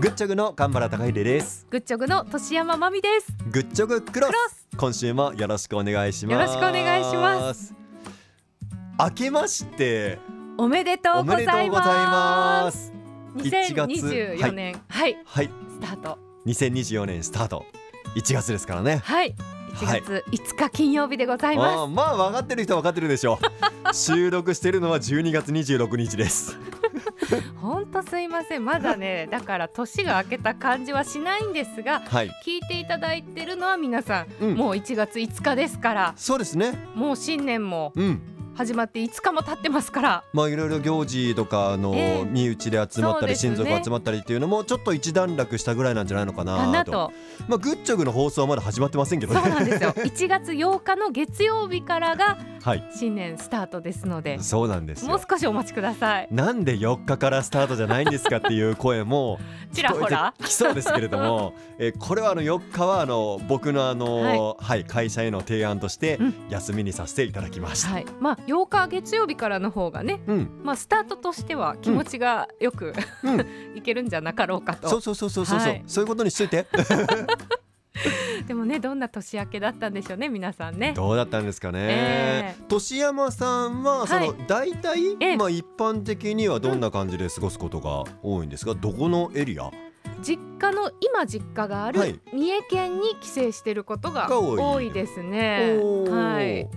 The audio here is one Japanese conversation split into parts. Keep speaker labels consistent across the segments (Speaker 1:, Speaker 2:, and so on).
Speaker 1: グッチョグの神原孝秀です
Speaker 2: グッチョグの年山まみです。
Speaker 1: グッチョグクロス
Speaker 2: クロス
Speaker 1: 今週もよろしくお願いします
Speaker 2: よろしくお願いします
Speaker 1: 明けまして
Speaker 2: おめでとう
Speaker 1: お
Speaker 2: ご
Speaker 1: めでと
Speaker 2: ざ
Speaker 1: う
Speaker 2: い
Speaker 1: ございま
Speaker 2: ます。
Speaker 1: す1月
Speaker 2: 2024年はい、
Speaker 1: はい
Speaker 2: スタート
Speaker 1: 2024年スタート1月ですからね
Speaker 2: はい
Speaker 1: はい
Speaker 2: 1月5日金曜日でござい
Speaker 1: あ
Speaker 2: ま
Speaker 1: ーまあ分かってる人は分かってるでしょ う収録してるのは12月26日です
Speaker 2: す。本当すいませんまだねだから年が明けた感じはしないんですが
Speaker 1: はい、
Speaker 2: 聞いていただいてるのは皆さん、
Speaker 1: うん、
Speaker 2: もう1月5日ですから
Speaker 1: そうですね
Speaker 2: もう新年も
Speaker 1: うん
Speaker 2: 始まって5日も経ってますから
Speaker 1: まあいろいろ行事とかあの、
Speaker 2: ええ
Speaker 1: 身内で集まったり、
Speaker 2: そう
Speaker 1: 親
Speaker 2: ですね
Speaker 1: 族集まったりっていうのもちょっと一段落したぐらいなんじゃないのかなと
Speaker 2: かなと
Speaker 1: まあグッチョグの放送はまだ始まってませんけど
Speaker 2: そう
Speaker 1: ね
Speaker 2: な んですよ1月8日の月曜日からが
Speaker 1: はい
Speaker 2: 新年スタートですので
Speaker 1: そうなんです
Speaker 2: もう
Speaker 1: よ
Speaker 2: 少しお待ちください
Speaker 1: なんで4日からスタートじゃないんですかっていう声も
Speaker 2: ちらほ
Speaker 1: 聞こ
Speaker 2: ら
Speaker 1: えてきそうですけれど も、えーこれはあの4日はあの僕のあの、はい会社への提案として
Speaker 2: うん
Speaker 1: 休みにさせていただきました。
Speaker 2: はい、まあ8日月曜日からの方がね、
Speaker 1: うん、
Speaker 2: まあ、スタートとしては気持ちがよく、 いけるんじゃなかろうか
Speaker 1: そう
Speaker 2: と
Speaker 1: そうそうそうそう、
Speaker 2: は
Speaker 1: そう
Speaker 2: い
Speaker 1: そういうことにしといて
Speaker 2: でもねどんな年明けだったんでしょうね皆さんね。
Speaker 1: どうだったんですかね、
Speaker 2: ええ
Speaker 1: とし山さんはその、
Speaker 2: は
Speaker 1: 大体、
Speaker 2: ええ
Speaker 1: まあ一般的にはどんな感じで過ごすことが多いんですか、どこのエリア
Speaker 2: 実家の今実家があ
Speaker 1: はい
Speaker 2: る三重県に帰省してることが
Speaker 1: が多い
Speaker 2: 多いですね。
Speaker 1: おー
Speaker 2: はい、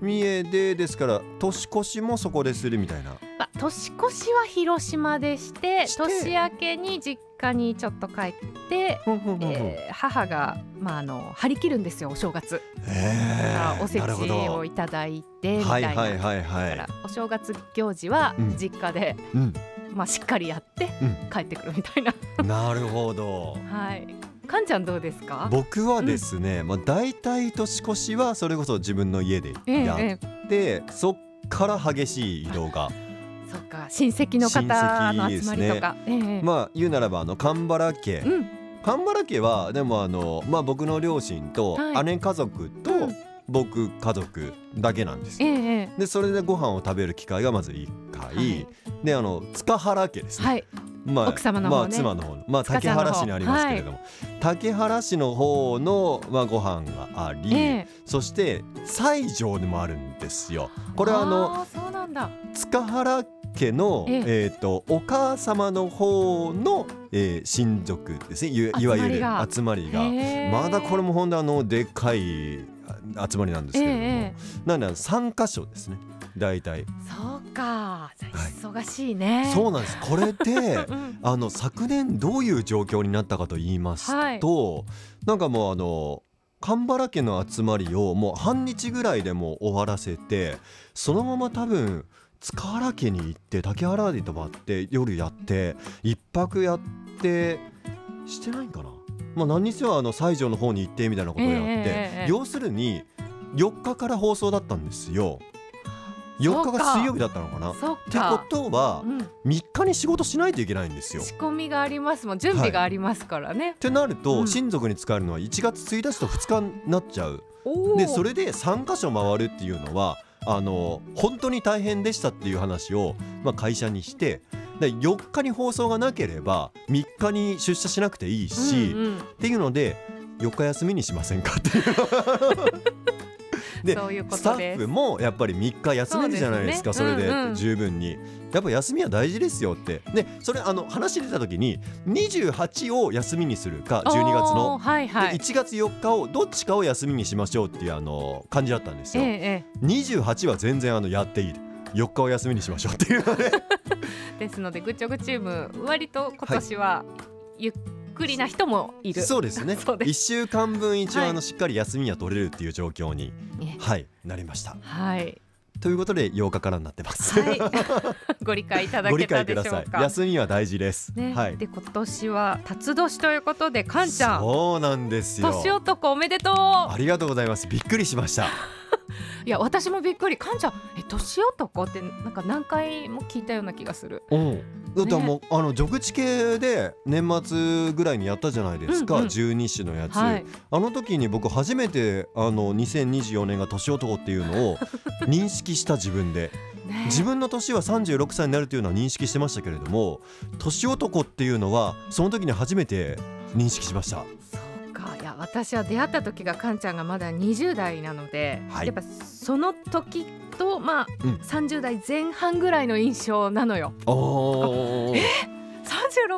Speaker 1: 三重でですから年越しもそこでするみたいな
Speaker 2: まあ、年越しは広島でして
Speaker 1: して
Speaker 2: 年明けに実家にちょっと帰って、
Speaker 1: ふんふんふんふん
Speaker 2: えー母が、まあ、あの張り切るんですよお正月。
Speaker 1: へー
Speaker 2: おせち
Speaker 1: なるほど
Speaker 2: をいただいてみた
Speaker 1: はいい
Speaker 2: な。
Speaker 1: はいはい
Speaker 2: だか
Speaker 1: は
Speaker 2: らお正月行事は
Speaker 1: うん
Speaker 2: 実家で、
Speaker 1: い、うん、
Speaker 2: まあ、しっかりやって
Speaker 1: う
Speaker 2: 帰ってくるみたい な、
Speaker 1: なるほ ど
Speaker 2: はいかんちゃんどうですか
Speaker 1: 僕はですね、まあ大体年越しはそれこそ自分の家で
Speaker 2: ええ
Speaker 1: や
Speaker 2: ええ
Speaker 1: って、そっから激しい移動が
Speaker 2: そっか親戚の方の集まりとか、ええええ
Speaker 1: まあ言うならばあの神原家
Speaker 2: うん
Speaker 1: 神原家はでもあの、まあ、僕の両親と
Speaker 2: はい
Speaker 1: 姉家族と
Speaker 2: うん
Speaker 1: 僕家族だけなんです
Speaker 2: え
Speaker 1: よ。
Speaker 2: ええ
Speaker 1: でそれでご飯を食べる機会がまず1回、
Speaker 2: はい
Speaker 1: であの塚原家です
Speaker 2: え
Speaker 1: ね、
Speaker 2: はい
Speaker 1: まあ、
Speaker 2: 奥様の方ね
Speaker 1: まあ、妻の方の、まあ、
Speaker 2: 塚
Speaker 1: 竹
Speaker 2: ちゃんの方
Speaker 1: 原市にありますけれども、竹原市の方の、まあ、ご飯があり、
Speaker 2: ええ
Speaker 1: そして西条でもあるんですよ。これはあの
Speaker 2: ーそうなんだ
Speaker 1: 塚原家の、
Speaker 2: え
Speaker 1: え
Speaker 2: え
Speaker 1: ー、とお母様の方の、えー親族ですねいわいわゆる集まりがまだこれ
Speaker 2: も
Speaker 1: もほんであのでっかいあ集まりなんですけれども、
Speaker 2: ええええ
Speaker 1: なんであの3箇所ですね大体、
Speaker 2: そうかじゃあ
Speaker 1: はい
Speaker 2: 忙しいね、
Speaker 1: そうなんですこれ で
Speaker 2: うん
Speaker 1: あの昨年どういう状況になったかと言いますと、なんかもうあの神原家の集まりをもう半日ぐらいでもう終わらせてそのまま多分塚原家に行って竹原に泊まって夜やって一泊やってしてないんかな、まあ、何にせよあの西条の方に行ってみたいなことをやって、
Speaker 2: ええええええ
Speaker 1: 要するに4日から放送だったんですよ。4日が水曜日だったのかなっ
Speaker 2: そって
Speaker 1: こ
Speaker 2: か
Speaker 1: とは
Speaker 2: うん、
Speaker 1: 3日に仕事しないといけないんですよ。
Speaker 2: 仕込みがありますもん準備がありますからね
Speaker 1: っ、てなると、
Speaker 2: うん
Speaker 1: 親族に使えるのは1月1日と2日になっちゃう
Speaker 2: おお
Speaker 1: でそれで3か所回るっていうのはあの本当に大変でしたっていう話を、まあ、会社にしてで4日に放送がなければ3日に出社しなくていいし、
Speaker 2: うんうん
Speaker 1: っていうので4日休みにしませんかっていうで
Speaker 2: そういうこ
Speaker 1: スタ
Speaker 2: と
Speaker 1: ッ
Speaker 2: で
Speaker 1: フ
Speaker 2: す。
Speaker 1: もやっぱり3日休めるじゃないですかそ
Speaker 2: そうですねうん
Speaker 1: れ
Speaker 2: う
Speaker 1: で
Speaker 2: ん
Speaker 1: 十分にやっぱ休みは大事ですよってでそれあの話出た時に28を休みにするか12月
Speaker 2: おー
Speaker 1: の。
Speaker 2: はい
Speaker 1: で
Speaker 2: はい。
Speaker 1: 1月4日をどっちかを休みにしましょうっていうあの感じだったんです
Speaker 2: え
Speaker 1: よ。
Speaker 2: ええ
Speaker 1: 28は全然あのやっていい4日を休みにしましょうっていうので
Speaker 2: え、ですのでぐちょぐチーム割と今年はゆっくりな人も いる。
Speaker 1: そうですね
Speaker 2: そうです
Speaker 1: 1週間分一応あ
Speaker 2: は
Speaker 1: のしっかり休みが取れるっていう状況に、
Speaker 2: ね
Speaker 1: はい、なりました。
Speaker 2: はい
Speaker 1: ということで8日からになってます。
Speaker 2: はい。 ご理解いただ
Speaker 1: ご
Speaker 2: け
Speaker 1: 理
Speaker 2: た
Speaker 1: 解
Speaker 2: で
Speaker 1: くだ
Speaker 2: しょ
Speaker 1: さ
Speaker 2: う
Speaker 1: い。
Speaker 2: か。
Speaker 1: 休みは大事です。
Speaker 2: ね、
Speaker 1: はい。
Speaker 2: で今年は辰年ということでカンちゃん
Speaker 1: そうなんですよ。
Speaker 2: 年男おめでと
Speaker 1: あ
Speaker 2: う。
Speaker 1: りがとうございます。びっくりしました。
Speaker 2: いや私もびっくりカンちゃんえ年男ってなんか何回も聞いたような気がする。
Speaker 1: うん。だってもう、あの蛇口系で年末ぐらいにやったじゃないです
Speaker 2: うん
Speaker 1: か。
Speaker 2: うん
Speaker 1: 十二種のやつ。
Speaker 2: はい。
Speaker 1: あの時に僕初めてあの2024年が年男っていうのを認識した自分で。
Speaker 2: ね
Speaker 1: 自分の年は36歳になるというのは認識してましたけれども年男っていうのはその時に初めて認識しました
Speaker 2: そうかいや私は出会った時がカンちゃんがまだ20代なので、
Speaker 1: はい
Speaker 2: やっぱその時とまあ、
Speaker 1: うん
Speaker 2: 30代前半ぐらいの印象なのよ
Speaker 1: おー
Speaker 2: 36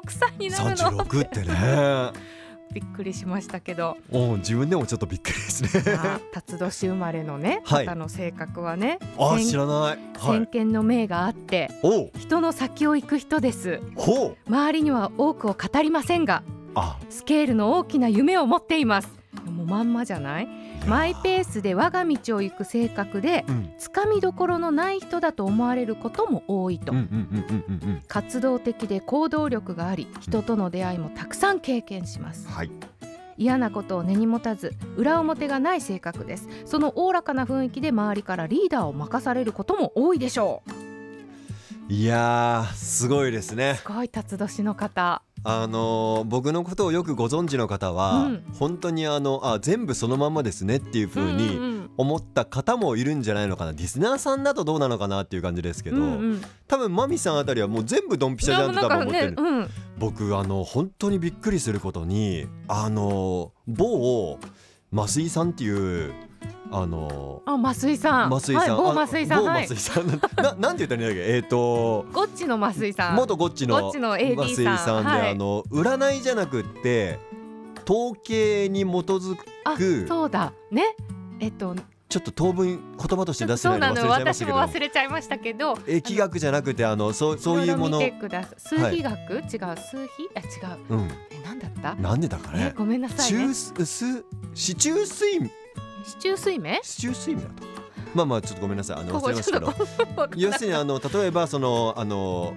Speaker 2: 歳になるの
Speaker 1: 36ってね
Speaker 2: びっくりしましたけ ど
Speaker 1: おー自分でもちょっとびっくりですね
Speaker 2: まあ辰年生まれのね
Speaker 1: はい
Speaker 2: 方の性格はね、
Speaker 1: あ
Speaker 2: 先
Speaker 1: 知らないは
Speaker 2: 先
Speaker 1: い
Speaker 2: 見の明があって
Speaker 1: おう
Speaker 2: 人の先を行く人です
Speaker 1: ほう
Speaker 2: 周りには多くを語りませんが
Speaker 1: あ
Speaker 2: スケールの大きな夢を持っていますもうまんまじゃないマイペースで我が道を行く性格で
Speaker 1: うん
Speaker 2: つかみどころのない人だと思われることも多いと、
Speaker 1: うんうんうんうんうん
Speaker 2: 活動的で行動力があり人との出会いもたくさん経験します
Speaker 1: はい
Speaker 2: 嫌なことを根に持たず裏表がない性格ですそのおおらかな雰囲気で周りからリーダーを任されることも多いでしょう
Speaker 1: いやーすごいですね
Speaker 2: すごい辰年の方
Speaker 1: あのー僕のことをよくご存知の方は、
Speaker 2: うん
Speaker 1: 本当にあのあ全部そのまんまですねっていう風
Speaker 2: う
Speaker 1: に
Speaker 2: ん
Speaker 1: 思った方もいるんじゃないのかなリスナーさんだとどうなのかなっていう感じですけ
Speaker 2: う
Speaker 1: ど、
Speaker 2: んうんうん
Speaker 1: 多分マミさんあたりはもう全部ドンピシャじゃんって多分思ってる、
Speaker 2: うん
Speaker 1: 僕あの本当にびっくりすることにあの某増井さんっていうあの
Speaker 2: あ、増井さん。
Speaker 1: 増井さん、
Speaker 2: はい、某
Speaker 1: あの
Speaker 2: 増井さん。
Speaker 1: 某
Speaker 2: はい
Speaker 1: 増井。さん、 ななんて言ったらいいんだっけえっ、と
Speaker 2: ゴッチの増井さん。
Speaker 1: 元ゴッチの
Speaker 2: ゴッチの AD
Speaker 1: ガスイさんで、
Speaker 2: さんはい
Speaker 1: あの占いじゃなくって統計に基づく
Speaker 2: あ、そうだ。ね。えっと、
Speaker 1: ちょっと当分言葉として出せ
Speaker 2: そ
Speaker 1: な
Speaker 2: う
Speaker 1: いの
Speaker 2: な
Speaker 1: 忘れちゃ
Speaker 2: の。
Speaker 1: いました
Speaker 2: 私
Speaker 1: け
Speaker 2: も
Speaker 1: ど
Speaker 2: 忘れちゃいましたけど。
Speaker 1: 疫学じゃなくてあのそうそういうもの
Speaker 2: ろろ見てください数比学、違う、数比、あ、違う。
Speaker 1: う
Speaker 2: え、なんだった
Speaker 1: ん。なんでだか
Speaker 2: え
Speaker 1: ね、
Speaker 2: ごめんなさい
Speaker 1: 中
Speaker 2: ね。
Speaker 1: すす市中水
Speaker 2: 市中水明。
Speaker 1: 市中水面だとまあまあちょっとごめんなさいあの
Speaker 2: こ
Speaker 1: 忘
Speaker 2: こ
Speaker 1: れまし
Speaker 2: ち
Speaker 1: た
Speaker 2: ょっ
Speaker 1: け
Speaker 2: と
Speaker 1: ど
Speaker 2: こう
Speaker 1: 要するにあの例えばそのあの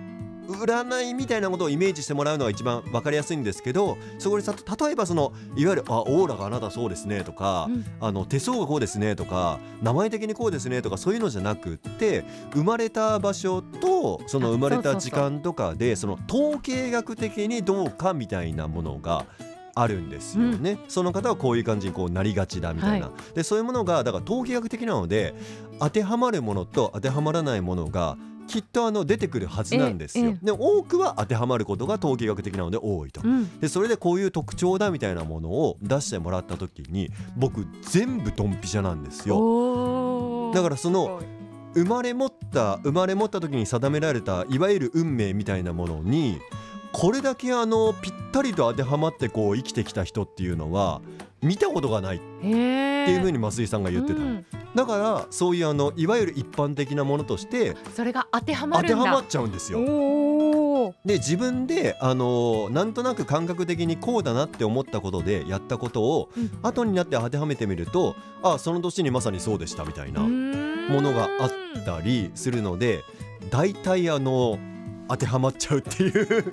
Speaker 1: 占いみたいなことをイメージしてもらうのが一番わかりやすいんですけどそこでさ例えばそのいわゆる「あオーラがあなたそうですね」とか、
Speaker 2: うん
Speaker 1: あの手相がこうですねとか名前的にこうですねとかそういうのじゃなくって生まれた場所とその
Speaker 2: あ
Speaker 1: 生まれ
Speaker 2: そう
Speaker 1: た
Speaker 2: そうそう
Speaker 1: 時間とかでその統計学的にどうかみたいなものがあるんですよね、その方はこういう感じにこうなりがちだみたいな、でそういうものがだから統計学的なので当てはまるものと当てはまらないものがきっとあの出てくるはずなんです
Speaker 2: え
Speaker 1: よ
Speaker 2: え。
Speaker 1: で多くは当てはまることが統計学的なので多いと。
Speaker 2: うん。
Speaker 1: でそれでこういう特徴だみたいなものを出してもらった時に僕全部ドンピシャなんですよ
Speaker 2: おー
Speaker 1: だからその生まれ持った生まれ持った時に定められたいわゆる運命みたいなものにこれだけあのぴったりと当てはまってこう生きてきた人っていうのは見たことがないっ
Speaker 2: すごいへ
Speaker 1: ていうふう
Speaker 2: に
Speaker 1: に増井さんが言ってた、だからそういうあのいわゆる一般的なものとして
Speaker 2: それが当てはま
Speaker 1: 当
Speaker 2: る
Speaker 1: て
Speaker 2: ん
Speaker 1: は
Speaker 2: だ。
Speaker 1: まっちゃうんですよ。
Speaker 2: おお。
Speaker 1: で自分で、あのーなんとなく感覚的にこうだなって思ったことでやったことを、
Speaker 2: うん
Speaker 1: 後になって当てはめてみるとあその年にまさにそうでしたみたいな
Speaker 2: う
Speaker 1: だ
Speaker 2: ーん
Speaker 1: ものがあっったりするので大体あの当てはまっちゃうっていう
Speaker 2: というこ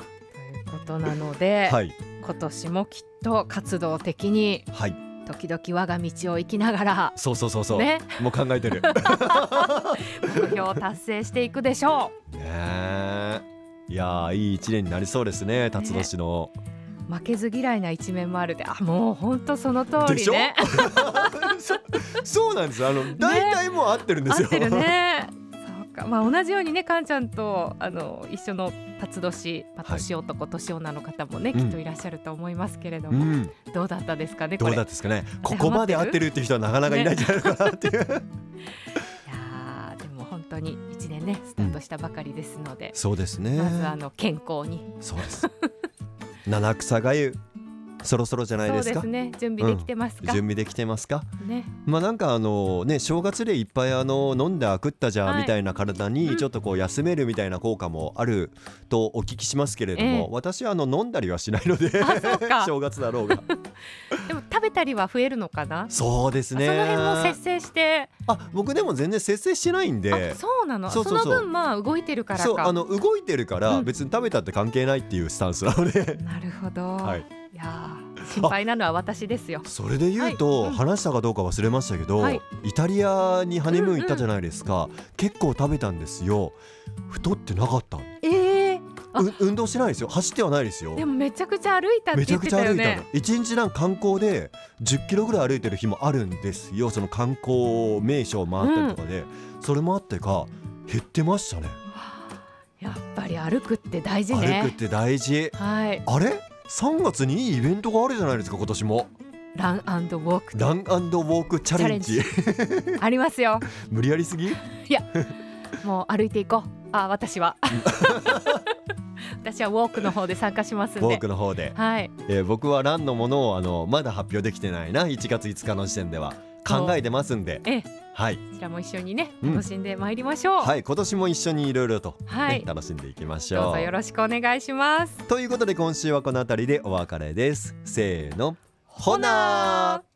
Speaker 2: となので、
Speaker 1: はい
Speaker 2: 今年もきっと活動的に
Speaker 1: はい
Speaker 2: 時々我が道を生きながら
Speaker 1: そうそうそうそう、
Speaker 2: ね
Speaker 1: もう考えて る
Speaker 2: 目標を達成していくでしょ
Speaker 1: ねえいやーいい一年になりそうですね辰年の、
Speaker 2: う負けず嫌いな一面もあるであもう本当その通
Speaker 1: で
Speaker 2: り
Speaker 1: しょ
Speaker 2: ね
Speaker 1: そ そうなんですあの大体もう合ってるんで
Speaker 2: 合
Speaker 1: すよ、
Speaker 2: ってるねそうかまあ同じようにねかんちゃんとあの一緒の辰年、まあ、
Speaker 1: はい
Speaker 2: 年男、年女の方もね
Speaker 1: うん
Speaker 2: きっといらっしゃると思いますけれど
Speaker 1: う
Speaker 2: も、
Speaker 1: ん
Speaker 2: どうだったですかね
Speaker 1: ど
Speaker 2: こ
Speaker 1: う
Speaker 2: れ
Speaker 1: だったですかねここまで合ってるっていう人はなかなかいないんじゃないのかなっていう、
Speaker 2: いやーでも本当に一年ねスタートしたばかりですので、
Speaker 1: そうですね
Speaker 2: まずあの健康に
Speaker 1: そうです七草がゆそろそろじゃないです
Speaker 2: そうで
Speaker 1: か
Speaker 2: すね準備できてますか、
Speaker 1: 準備できてますか
Speaker 2: ね
Speaker 1: まあなんかあのね正月でいっぱいあの飲んだ食ったじゃ
Speaker 2: は
Speaker 1: ん
Speaker 2: い
Speaker 1: みたいな体
Speaker 2: うん
Speaker 1: にちょっとこう休めるみたいな効果もあるとお聞きしますけれど
Speaker 2: ええ
Speaker 1: も私はあの飲んだりはしないので
Speaker 2: あそうか
Speaker 1: 正月だろうが
Speaker 2: でも食べたりは増えるのかな。
Speaker 1: そうですね
Speaker 2: その辺も節制して、
Speaker 1: あ僕でも全然節制してないんで
Speaker 2: あそうなの
Speaker 1: そうそうそう
Speaker 2: その分まあ動いてるからか
Speaker 1: そうあの動いてるか
Speaker 2: う
Speaker 1: ら
Speaker 2: ん
Speaker 1: 別に食べたって関係ないっていうスタンスなの で
Speaker 2: なるほど、
Speaker 1: はい
Speaker 2: い、やー心配なのは私ですよ
Speaker 1: それで言うと、
Speaker 2: はいうん
Speaker 1: 話したかどうか忘れましたけど、
Speaker 2: はい
Speaker 1: イタリアにハネムーン行ったじゃないですか、結構食べたんですよ太ってなかったう
Speaker 2: ええあ
Speaker 1: 運動してないですよ走ってはないですよ
Speaker 2: でもめちゃくちゃ歩いたって
Speaker 1: めち
Speaker 2: 言
Speaker 1: ゃ
Speaker 2: っ
Speaker 1: く
Speaker 2: て
Speaker 1: ちゃ
Speaker 2: た
Speaker 1: 歩
Speaker 2: よ
Speaker 1: いた
Speaker 2: ね
Speaker 1: の一日なん観光で10キロぐらい歩いてる日もあるんですよその観光名所を回ったりとかで、それもあってか減ってましたね
Speaker 2: やっぱり歩くって大事
Speaker 1: 歩くっ
Speaker 2: ね。
Speaker 1: て大事
Speaker 2: はい、
Speaker 1: あれ3月にいいイベントがあるじゃないですか今年も
Speaker 2: ランアンドウォーク
Speaker 1: ランウォークチャレンジ
Speaker 2: ありますよ。
Speaker 1: 無理やりすぎ
Speaker 2: もう歩いていこう。あ、私は。私はウォークの方で参加しますん
Speaker 1: ウォー
Speaker 2: で。
Speaker 1: クの方で、
Speaker 2: はい、
Speaker 1: えー僕はランのものをあのまだ発表できてないな1月5日の時点では考えてますんで
Speaker 2: ええ、
Speaker 1: はい、
Speaker 2: こちらも一緒にね、
Speaker 1: うん
Speaker 2: 楽しんでまいりましょう。
Speaker 1: はい、今年も一緒にいろいろと、ね
Speaker 2: はい
Speaker 1: 楽しんでいきまし
Speaker 2: どう
Speaker 1: ょ
Speaker 2: ぞ
Speaker 1: う
Speaker 2: よろしくお願いします。
Speaker 1: ということで今週はこの辺りでお別れですせーのほなー